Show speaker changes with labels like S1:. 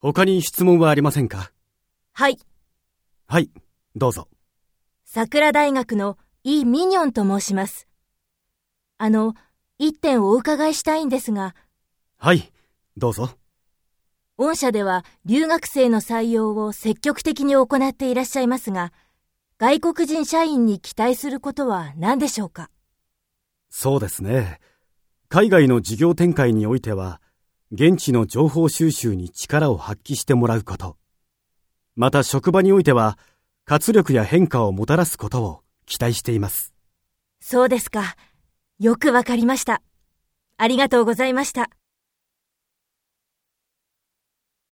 S1: 他に質問はありませんか
S2: はい。
S1: はい、どうぞ。
S2: 桜大学のイ・ミニョンと申します。あの、一点お伺いしたいんですが、
S1: はい、どうぞ。
S2: 御社では留学生の採用を積極的に行っていらっしゃいますが、外国人社員に期待することは何でしょうか
S1: そうですね。海外の事業展開においては、現地の情報収集に力を発揮してもらうこと。また職場においては、活力や変化をもたらすことを期待しています。
S2: そうですか。よくわかりました。ありがとうございました。